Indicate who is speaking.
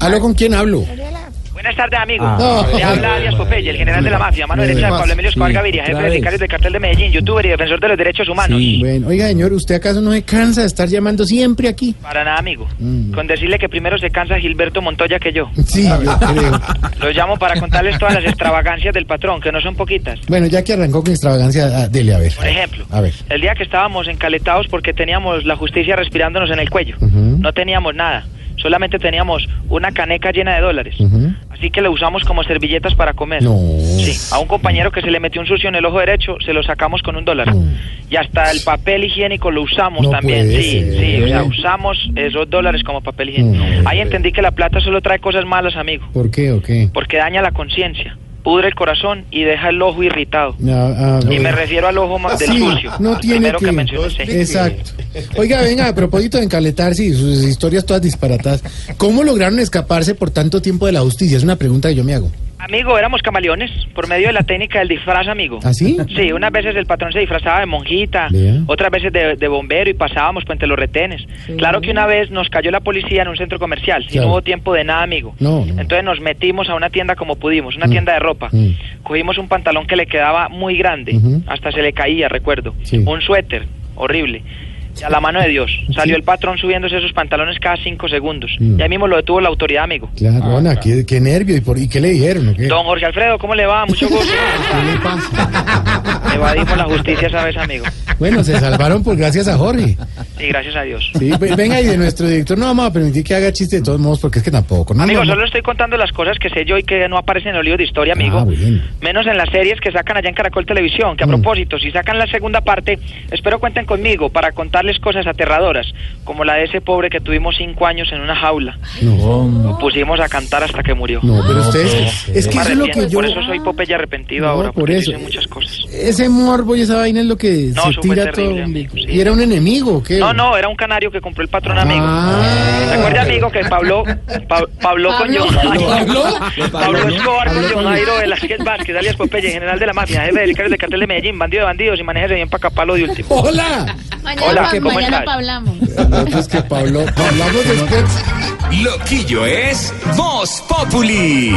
Speaker 1: ¿Aló con quién hablo?
Speaker 2: Buenas tardes, amigos. Le habla alias Popeye, el general de la mafia, mano derecha de Pablo Emilio Escobar Gaviria, jefe de sicarios del cartel de Medellín, youtuber y defensor de los derechos humanos.
Speaker 1: Bueno, oiga, señor, ¿usted acaso no se cansa de estar llamando siempre aquí?
Speaker 2: Para nada, amigo. Con decirle que primero se cansa Gilberto Montoya que yo.
Speaker 1: Sí, yo Ah, creo.
Speaker 2: Los llamo para contarles todas las extravagancias del patrón, que no son poquitas.
Speaker 1: Bueno, ya que arrancó con extravagancia, ah, dele a ver.
Speaker 2: Por ejemplo,
Speaker 1: A ver.
Speaker 2: el día que estábamos encaletados porque teníamos la justicia respirándonos en el cuello. No teníamos nada. Solamente teníamos una caneca llena de dólares. Así que la usamos como servilletas para comer.
Speaker 1: No.
Speaker 2: Sí, a un compañero que se le metió un sucio en el ojo derecho, se lo sacamos con un dólar. Y hasta el papel higiénico lo usamos
Speaker 1: No
Speaker 2: también.
Speaker 1: puede
Speaker 2: Sí,
Speaker 1: ser.
Speaker 2: sí, o sea, usamos esos dólares como papel higiénico.
Speaker 1: No,
Speaker 2: Ahí entendí que la plata solo trae cosas malas, amigo.
Speaker 1: ¿Por qué o qué?
Speaker 2: Porque daña la conciencia, pudre el corazón y deja el ojo irritado.
Speaker 1: Ah, ah,
Speaker 2: Y me
Speaker 1: bueno.
Speaker 2: refiero al ojo más del
Speaker 1: Ah, Sí,
Speaker 2: sucio.
Speaker 1: no
Speaker 2: al
Speaker 1: tiene
Speaker 2: primero que, mencioné, sí.
Speaker 1: Exacto. Oiga, venga, a propósito de encaletarse y sus historias todas disparatadas, ¿cómo lograron escaparse por tanto tiempo de la justicia? Es una pregunta que yo me hago.
Speaker 2: Amigo, éramos camaleones por medio de la técnica del disfraz, amigo.
Speaker 1: ¿Ah, sí?
Speaker 2: Sí, unas veces el patrón se disfrazaba de monjita,
Speaker 1: Vea.
Speaker 2: otras veces de, de bombero y pasábamos puente los retenes. Claro que una vez nos cayó la policía en un centro comercial y
Speaker 1: Claro.
Speaker 2: no hubo tiempo de nada, amigo.
Speaker 1: No, no.
Speaker 2: Entonces nos metimos a una tienda como pudimos, una tienda de ropa.
Speaker 1: Mm.
Speaker 2: Cogimos un pantalón que le quedaba muy grande,
Speaker 1: Ujú.
Speaker 2: hasta se le caía, recuerdo.
Speaker 1: Sí.
Speaker 2: Un suéter, horrible. Y A la mano de Dios. Salió el patrón subiéndose esos pantalones cada cinco segundos.
Speaker 1: Mm.
Speaker 2: Y ahí mismo lo detuvo la autoridad, amigo.
Speaker 1: Ah, Claro, Ana, Qué, qué nervio. ¿Y, por, ¿Y qué le dijeron? o qué?
Speaker 2: Don Jorge Alfredo, ¿cómo le va? Mucho gusto.
Speaker 1: ¿Qué le pasa?
Speaker 2: Evadimos la justicia esa vez, amigo.
Speaker 1: Bueno, se salvaron por gracias a Jorge.
Speaker 2: Y gracias a Dios.
Speaker 1: Sí, ve- venga, y de nuestro director no vamos a permitir que haga chiste de todos modos, porque es que tampoco. No,
Speaker 2: Amigo,
Speaker 1: no, no.
Speaker 2: solo estoy contando las cosas que sé yo y que no aparecen en los libros de historia, amigo.
Speaker 1: Ah, bueno.
Speaker 2: Menos en las series que sacan allá en Caracol Televisión, que a
Speaker 1: Mm.
Speaker 2: propósito, si sacan la segunda parte, espero cuenten conmigo para contarles cosas aterradoras, como la de ese pobre que tuvimos cinco años en una jaula. Lo pusimos a cantar hasta que murió.
Speaker 1: No, pero ustedes. es que
Speaker 2: Me
Speaker 1: eso es lo que
Speaker 2: arrepiento,
Speaker 1: yo.
Speaker 2: Por eso soy Popeye arrepentido
Speaker 1: No,
Speaker 2: ahora,
Speaker 1: por
Speaker 2: porque yo
Speaker 1: eso.
Speaker 2: hice muchas cosas.
Speaker 1: Ese morbo y esa vaina es lo que
Speaker 2: No,
Speaker 1: se
Speaker 2: eso fue
Speaker 1: tira
Speaker 2: terrible,
Speaker 1: todo.
Speaker 2: amigo, sí.
Speaker 1: ¿Y era un enemigo o qué?
Speaker 2: No, no, era un canario que compró el patrón
Speaker 1: Ah.
Speaker 2: amigo. Recuerde, amigo, que Pablo, Pa- Pablo con John Jairo.
Speaker 1: Pablo.
Speaker 2: Pablo Escobar con John Jairo Velázquez Vázquez, alias Popeye, general de la mafia, jefe del cartel del cartel de Medellín, bandido de bandidos y maneja de bien para acá, lo de último.
Speaker 1: ¡Hola!
Speaker 3: Mañana,
Speaker 2: Hola,
Speaker 3: pa-
Speaker 2: ¿cómo
Speaker 3: mañana
Speaker 2: estás?
Speaker 3: pa' hablamos.
Speaker 1: No, pues que Pablo. Hablamos después.
Speaker 4: Loquillo es Voz Populi.